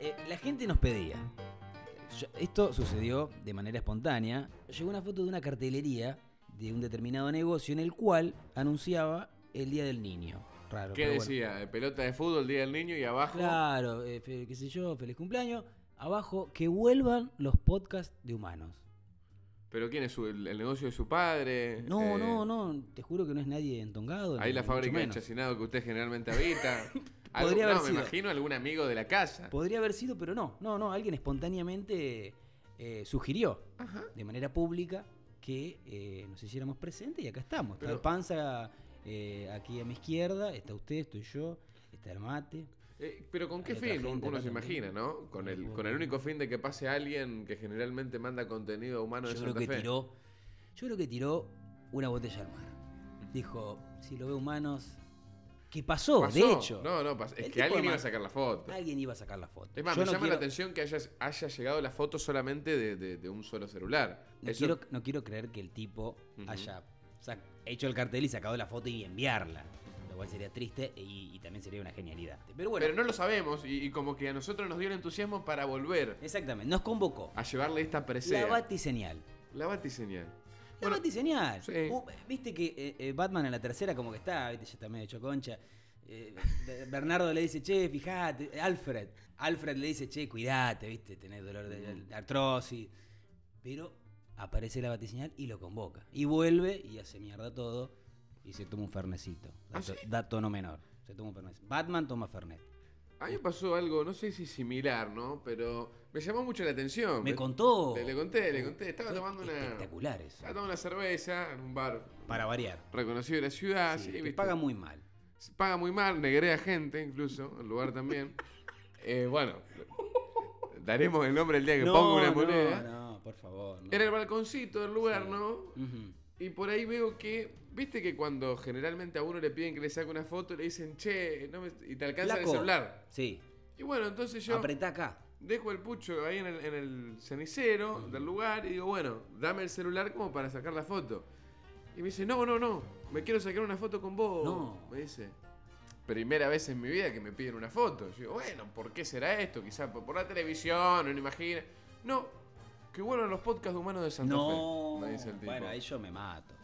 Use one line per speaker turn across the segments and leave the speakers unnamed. eh, la gente nos pedía. Yo- esto sucedió de manera espontánea. Llegó una foto de una cartelería de un determinado negocio en el cual anunciaba el Día del Niño. Raro.
¿Qué
pero bueno.
decía? Eh, Pelota de fútbol, Día del Niño y abajo.
Claro, eh, fe- qué sé yo, feliz cumpleaños. Abajo, que vuelvan los podcasts de humanos.
¿Pero quién es su- el, el negocio de su padre?
No,
Eh,
no, no, te juro que no es nadie entongado.
Ahí
ni-
la
ni
fábrica
mucho
de
menos.
chacinado que usted generalmente habita. Algún-
Podría haber
no, me
sido.
imagino algún amigo de la casa.
Podría haber sido, pero no. No, no, alguien espontáneamente eh, sugirió de manera pública que eh, nos hiciéramos presentes y acá estamos. Está
Pero-
el panza eh, aquí a mi izquierda, está usted, estoy yo, está el mate.
Eh, pero ¿con qué
Hay otra
fin?
gente
Uno
acá
se
también.
imagina, ¿no? Con el,
Bueno.
con el único fin de que pase alguien que generalmente manda contenido humano de
Yo creo
Santa
que
Fe.
tiró. Yo creo que tiró una botella al mar. Dijo, si lo ve humanos. ¿Qué pasó?
Pasó.
De hecho.
No, no, pas-
El
es que
tipo
alguien iba a
además-
sacar la foto.
Alguien iba a sacar la foto.
Es más,
Yo
me
no
llama la
quiero-
atención que haya, haya llegado la foto solamente de, de- de un solo celular.
No,
Eso-
quiero, no quiero creer que el tipo
Ujú.
haya sac- hecho el cartel y sacado la foto y enviarla. Lo cual sería triste y, y también sería una genialidad. Pero bueno,
Pero no lo sabemos y, y como que a nosotros nos dio el entusiasmo para volver
exactamente, nos convocó.
a llevarle esta
La
presea.
batiseñal.
La batiseñal.
La
Bueno,
batiseñal.
sí.
Uh, Viste que eh, eh, Batman en la tercera como que está, viste, ya está medio hecho concha. Eh, Be- Bernardo le dice, che, fijate, Alfred. Alfred le dice, che, cuidate, viste, tenés dolor de,
Mm.
de artrosis. Pero aparece la batiseñal y lo convoca. Y vuelve y hace mierda todo y se toma un fernecito.
¿Ah,
Dato,
sí?
dato no menor. Se toma un fernet. Batman toma fernet.
a mí me pasó algo, no sé si similar, ¿no? Pero me llamó mucho la atención.
Me contó.
Le, le conté, le conté. Estaba
Fue
tomando una... Ah,
Espectacular eso.
Estaba tomando una cerveza en un bar
Para variar.
reconocido de la ciudad.
Sí,
Ah, sí,
que
¿viste?
paga muy mal.
Se paga muy mal, negrea gente incluso, el lugar también. Eh, bueno, daremos el nombre el día que ponga una moneda.
No, no, por favor. no.
Era el balconcito del lugar,
Sí.
¿no?
Ujú.
Y por ahí veo que, viste que cuando generalmente a uno le piden que le saque una foto, le dicen, che, no me- y te alcanza el
Flaco.
celular.
Sí.
Y bueno, entonces yo
Apretá acá.
dejo el pucho ahí en el, en el cenicero del lugar y digo, bueno, dame el celular como para sacar la foto. Y me dice, no, no, no, me quiero sacar una foto con vos.
No.
Me dice, primera vez en mi vida que me piden una foto. Yo digo, bueno, ¿por qué será esto? Quizá por, por la televisión, no imagina. No, que vuelvan los podcasts humanos de Santa
No.
Fe. Me dice el tipo.
Bueno, ahí yo me mato.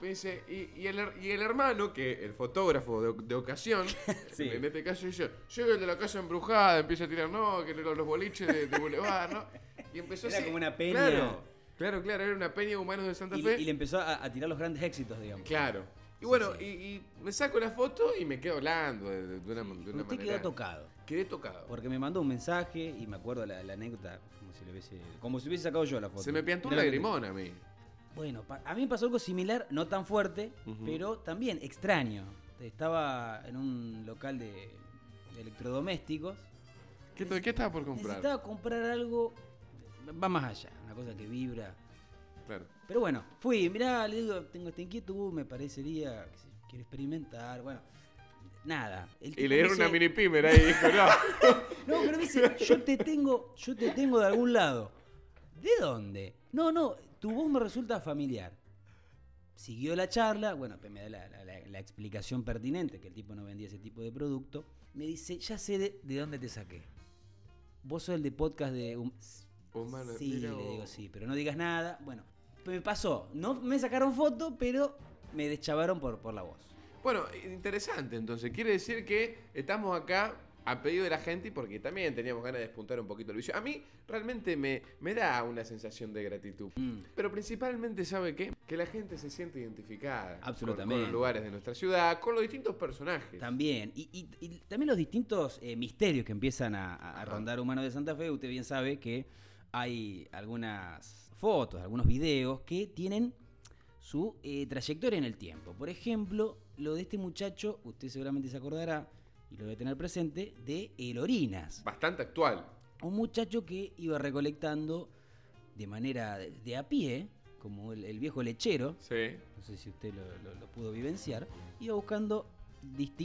Me dice, y, y el, her- y el hermano, que el fotógrafo de, de ocasión,
Sí.
en este caso yo, yo el de la casa embrujada, empieza a tirar, no, que los, los boliches de, de Boulevard, ¿no? Y empezó
Era
así,
como una peña.
Claro, claro, claro, era una peña de humanos de Santa
Y,
Fe.
y le empezó a, a tirar los grandes éxitos, digamos.
Claro. Y
Sí,
bueno,
sí.
Y, y me saco la foto y me quedo hablando de, de- de una, de una
Usted
manera.
quedó tocado.
Quedé tocado.
Porque me mandó un mensaje y me acuerdo la, la anécdota como si, le hubiese, como si hubiese sacado yo la foto.
Se me piantó un
De lo que-
lagrimón a mí.
Bueno, pa- a mí me pasó algo similar, no tan fuerte,
Ujú.
pero también extraño. Estaba en un local de- de electrodomésticos
¿Qué, to- qué estaba por comprar?
Necesitaba comprar algo. Va más allá, una cosa que vibra.
Claro.
Pero bueno, fui, mirá, le digo, tengo esta inquietud, me parecería, que quiero experimentar, bueno, nada. El tipo
Y
me
le dieron
dice,
una mini pimer ahí y dijo, no.
No, pero me dice, yo te tengo, yo te tengo de algún lado. ¿De dónde? No, no, tu voz me resulta familiar. Siguió la charla, bueno, me da la, la- la- la explicación pertinente, que el tipo no vendía ese tipo de producto. Me dice, ya sé de, de dónde te saqué. Vos sos el de podcast de... hum-
Humano,
sí,
mira
le digo
vos.
sí, pero no digas nada. Bueno, me pasó. No me sacaron foto, pero me deschavaron por, por la voz.
Bueno, interesante entonces. Quiere decir que estamos acá a pedido de la gente y porque también teníamos ganas de despuntar un poquito el vicio. A mí realmente me, me da una sensación de gratitud.
Mm.
Pero principalmente, ¿sabe qué? Que la gente se siente identificada con- Con,
Absolutamente.
los lugares de nuestra ciudad, con los distintos personajes.
También. Y, y- y también los distintos eh, misterios que empiezan a, a- a
Ajá.
rondar Humanos de Santa Fe. Usted bien sabe que hay algunas fotos, algunos videos que tienen su eh, trayectoria en el tiempo. Por ejemplo, lo de este muchacho, usted seguramente se acordará y lo debe tener presente, de El Orinas.
Bastante actual.
un muchacho que iba recolectando de manera de, de a pie, como el, el viejo lechero,
Sí.
no sé si usted lo, lo- lo pudo vivenciar, iba buscando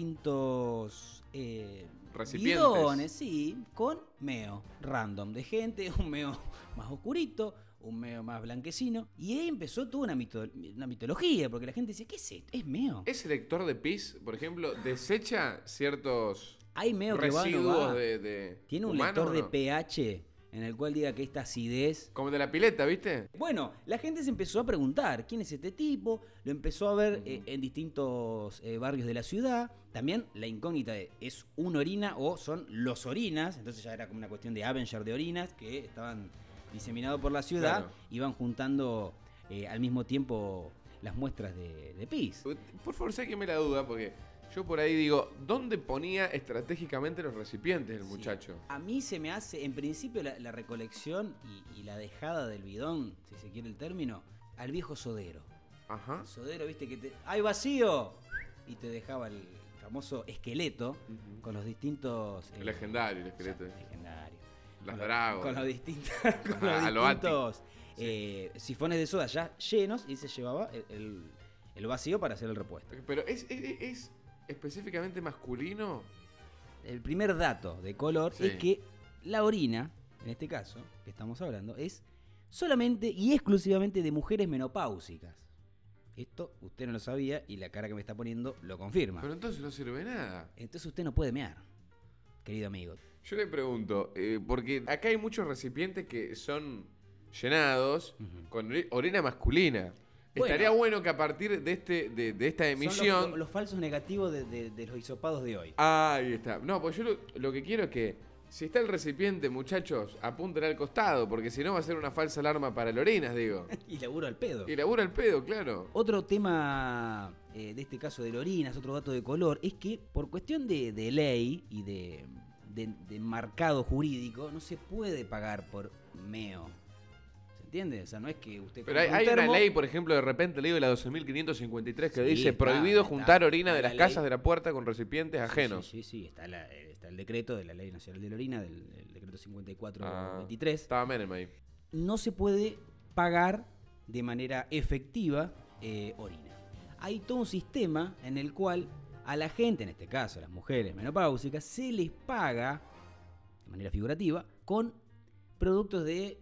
distintos eh,
Recipientes.
bidones, sí, con meo random de gente, un meo más oscurito, un meo más blanquecino, y ahí empezó toda una, mito- una mitología, porque la gente decía, ¿qué es esto? ¿Es meo?
Ese lector de PIS, por ejemplo, desecha ciertos
Ahí medio que va, no
residuos
va.
de, de
Tiene un
humano,
lector de
¿no?
pH en el cual diga que esta acidez
Como de la pileta, ¿viste?
Bueno, la gente se empezó a preguntar quién es este tipo, lo empezó a ver eh, en distintos eh, barrios de la ciudad. También la incógnita de es una orina o son los orinas, entonces ya era como una cuestión de Avenger de orinas que estaban diseminados por la ciudad,
Claro.
iban juntando eh, al mismo tiempo las muestras de, de pis.
Por favor, sáqueme la duda, porque yo por ahí digo, ¿dónde ponía estratégicamente los recipientes el
Sí.
muchacho?
A mí se me hace, en principio, la, la recolección y- y la dejada del bidón, si se quiere el término, al viejo sodero.
Ajá.
Sodero, viste, que te. ¡Hay vacío! Y te dejaba el famoso esqueleto
Ujú.
con los distintos. eh,
El legendario,
o sea,
el esqueleto.
legendario.
Las
Con lo-
dragos.
Con los distintos. Con los
a lo Ati.
distintos eh, sifones de soda ya llenos y se llevaba el, el- el vacío para hacer el repuesto.
Pero es, es- es específicamente masculino.
El primer dato de color
Sí.
es que la orina, en este caso, que estamos hablando, es solamente y exclusivamente de mujeres menopáusicas. Esto usted no lo sabía y la cara que me está poniendo lo confirma.
Pero entonces no sirve nada.
Entonces usted no puede mear, querido amigo.
Yo le pregunto, eh, porque acá hay muchos recipientes que son llenados
Ujú.
con ori- orina masculina.
Bueno.
Estaría bueno que a partir de, este, de, de esta emisión...
Son los, los falsos negativos de, de- de los hisopados de hoy.
Ahí está. No, pues yo lo, lo que quiero es que, si está el recipiente, muchachos, apúntenle al costado, porque si no va a ser una falsa alarma para Lorenas, digo.
Y laburo al pedo.
Y labura el pedo, claro.
Otro tema eh, de este caso de Lorinas, otro dato de color, es que por cuestión de, de ley y de, de- de marcado jurídico, no se puede pagar por meo. ¿Se entiende? O sea, no es que usted.
Pero hay,
compra un
hay una
termo-
ley, por ejemplo, de repente ley de la 12.553 que
Sí,
dice
está,
prohibido
está.
juntar orina de
Está
las
la ley.
casas de la puerta con recipientes
Sí,
ajenos.
Sí, sí, sí, está, la- eh, está el decreto de la Ley Nacional de la Orina, del, del decreto
Ah,
5423.
Estaba Menem ahí.
no se puede pagar de manera efectiva eh, orina. Hay todo un sistema en el cual a la gente, en este caso a las mujeres menopáusicas, se les paga de manera figurativa con productos de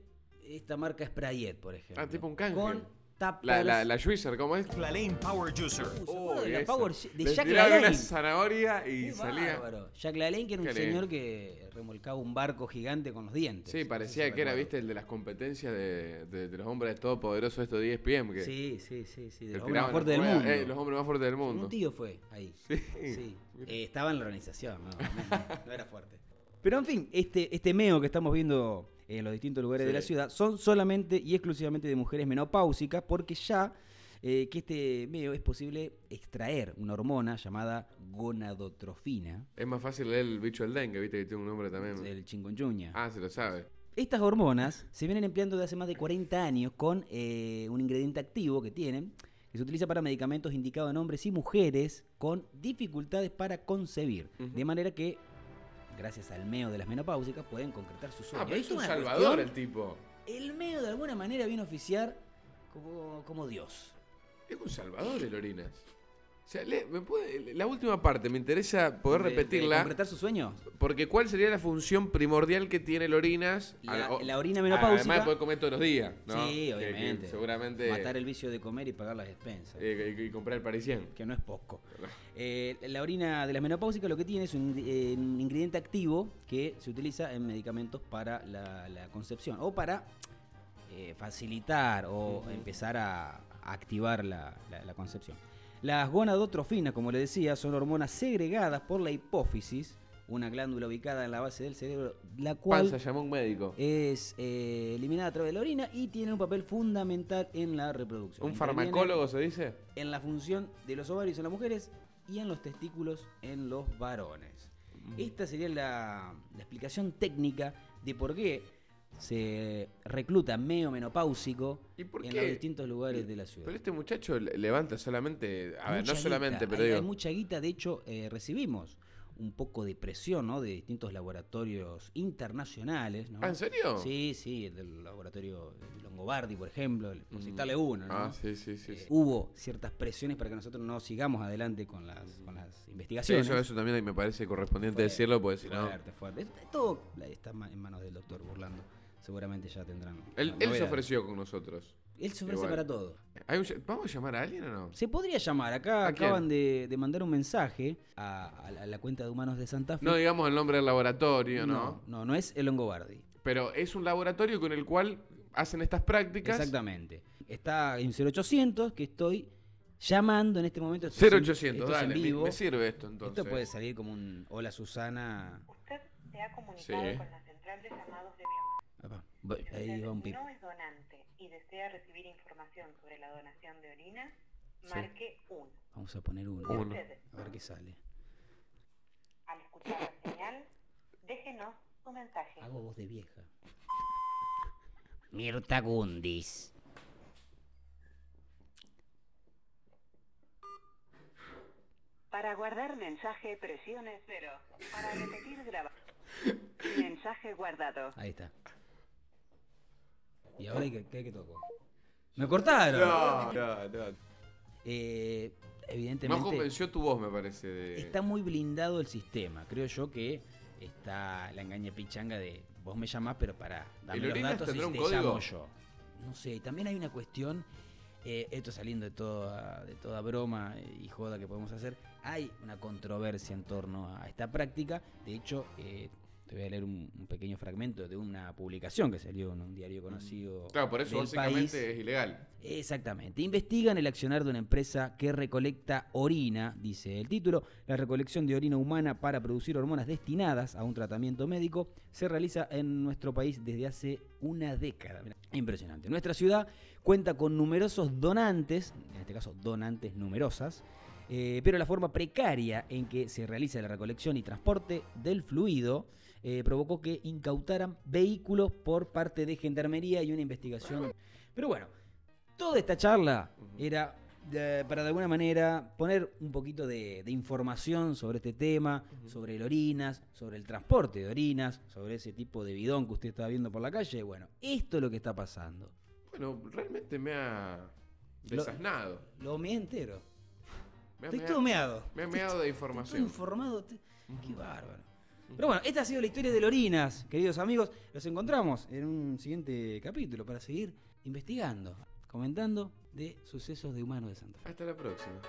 esta marca Sprayet, por ejemplo.
Ah, tipo un canje.
Con tapas.
La, la, la Juicer, ¿cómo es?
Clalain Power Juicer.
Uh, ¿se acuerdan de la
Oh, esa.
Power de
Le
Jack
tiraban una
LaLanne?
zanahoria y
Qué
salía.
bárbaro. Jack LaLanne, que era un
Qué lindo.
señor que remolcaba un barco gigante con los dientes.
Sí, parecía
No sé si
que era,
recuerdo.
viste, el de las competencias de, de- de los hombres todopoderosos, estos de ESPN. Que,
Sí, sí, sí, sí. De
Le
los hombres más
tiraban
fuertes del
las
mundo.
ruedas, eh, los hombres más fuertes del mundo.
Un tío fue ahí.
Sí.
Sí. Eh, estaba en la organización, no, no, no era fuerte. Pero en fin, este, este meo que estamos viendo en los distintos lugares de
Sí.
la ciudad son solamente y exclusivamente de mujeres menopáusicas porque ya eh, que este meo es posible extraer una hormona llamada gonadotrofina
Es más fácil leer el bicho del dengue, viste que tiene un nombre también.
del chingonjuña.
Ah, se lo sabe.
Estas hormonas se vienen empleando desde hace más de 40 años con eh, un ingrediente activo que tienen, que se utiliza para medicamentos indicados en hombres y mujeres con dificultades para concebir.
Ujú.
De manera que, gracias al meo de las menopáusicas, pueden concretar sus sueños.
Ah, pero es un
una
salvador el
cuestión-
tipo.
El meo de alguna manera viene a oficiar como, como Dios.
Es un salvador el Orinas. O sea, le- ¿me puede- la última parte, me interesa poder
De- de
repetirla.
¿Concretar sus sueños?
Porque ¿cuál sería la función primordial que tiene el Orinas?
La,
A o-
la orina
Además de
menopáusica.
poder comer todos los días, ¿no? Que-
sí,
que
obviamente.
seguramente.
Matar el vicio de comer y pagar las despensas.
eh, y, y comprar el parisien.
que no es poco. Eh, la orina de las menopáusicas lo que tiene es un, eh, un ingrediente activo que se utiliza en medicamentos para la, la concepción o para eh, facilitar o
Ujú.
empezar a, a activar la, la- la concepción. Las gonadotrofinas, como le decía, son hormonas segregadas por la hipófisis, una glándula ubicada en la base del cerebro, la cual
Panza llamó a un médico.
es eh, eliminada a través de la orina y tiene un papel fundamental en la reproducción.
¿Un
Interviene-
farmacólogo se dice?
en la función de los ovarios en las mujeres y en los testículos en los varones.
Mm.
Esta sería la, la explicación técnica de por qué se recluta meo menopáusico
¿Y por
en
qué?
los distintos lugares de la ciudad.
Pero este muchacho le- levanta solamente. A
Hay
ver,
mucha
no solamente,
guita,
pero
hay,
digo.
hay mucha guita, de hecho, eh, recibimos un poco de presión ¿no? de distintos laboratorios internacionales. ¿no?
¿Ah, en serio?
Sí, sí, el del laboratorio de Longobardi, por ejemplo, por citarle uno. ¿no?
Ah, sí, sí, sí.
Eh,
sí.
hubo ciertas presiones para que nosotros no sigamos adelante con las, con las
Sí,
investigaciones.
eso, eso también me parece correspondiente
Fue-
decirlo, porque si no.
Fuerte, fuerte. Es- es Todo eh, la- está ma- en manos del doctor Burlando. Seguramente ya tendrán.
Él,
no-
él se
novedades.
ofreció con nosotros.
Él se ofrece
Igual.
para todo.
Hay un- ¿Vamos a llamar a alguien o no?
Se podría llamar. Acá
¿A
acaban de, de mandar un mensaje a, a la- a la cuenta de humanos de Santa Fe.
No digamos el nombre del laboratorio, ¿no?
no, no, no es Elon Gobardi.
Pero es un laboratorio con el cual hacen estas prácticas.
Exactamente. Está en 0800, que estoy llamando en este momento. Esto es en-
0800,
esto es en
dale, me,
vivo.
me sirve esto entonces.
Esto puede salir como un hola Susana.
Usted se ha comunicado
Sí.
con la central de llamados de Biomas.
Apá, voy-
Si
ahí
usted
va un pip.
no es donante y desea recibir información sobre la donación de orina,
Sí.
marque 1.
Vamos a poner uno.
Uno.
Usted,
A ver qué sale.
al escuchar la señal, déjenos su mensaje.
Hago voz de vieja. Mirta Gundis.
Para guardar mensaje, presione 0. Para repetir grabar. mensaje guardado.
Ahí está. ¿Y ahora qué, qué- qué toco? Me cortaron.
No, no, no.
Eh,
Más
evidentemente.
convenció tu voz, me parece. de-
Está muy blindado el sistema. Creo yo que está la engaña pichanga de vos me llamás, pero para dame
¿El
los
Orinas
datos y
tendrá un
te
código?
llamo yo. No sé, también hay una cuestión, eh, esto saliendo de toda, de toda broma y joda que podemos hacer, hay una controversia en torno a esta práctica. De hecho, eh, te voy a leer un, un pequeño fragmento de una publicación que salió en un diario conocido.
Claro, por eso
del
básicamente
país.
es ilegal.
Exactamente. Investigan el accionar de una empresa que recolecta orina, dice el título. La recolección de orina humana para producir hormonas destinadas a un tratamiento médico se realiza en nuestro país desde hace una década. Mirá, Impresionante. Nuestra ciudad cuenta con numerosos donantes, en este caso donantes numerosas, eh, pero la forma precaria en que se realiza la recolección y transporte del fluido eh, provocó que incautaran vehículos por parte de Gendarmería y una investigación. Pero bueno, toda esta charla era eh, para de alguna manera poner un poquito de, de información sobre este tema, sobre el orinas, sobre el transporte de orinas, sobre ese tipo de bidón que usted está viendo por la calle. Bueno, esto es lo que está pasando.
Bueno, realmente me ha desasnado.
Lo me entero.
Me ha,
Estoy
mea-
todo meado.
me ha meado de información.
Estoy informado. te- Qué bárbaro. Pero bueno, esta ha sido la historia del Orinas, queridos amigos. Los encontramos en un siguiente capítulo para seguir investigando, comentando de sucesos de humanos de Santa Fe.
Hasta la próxima.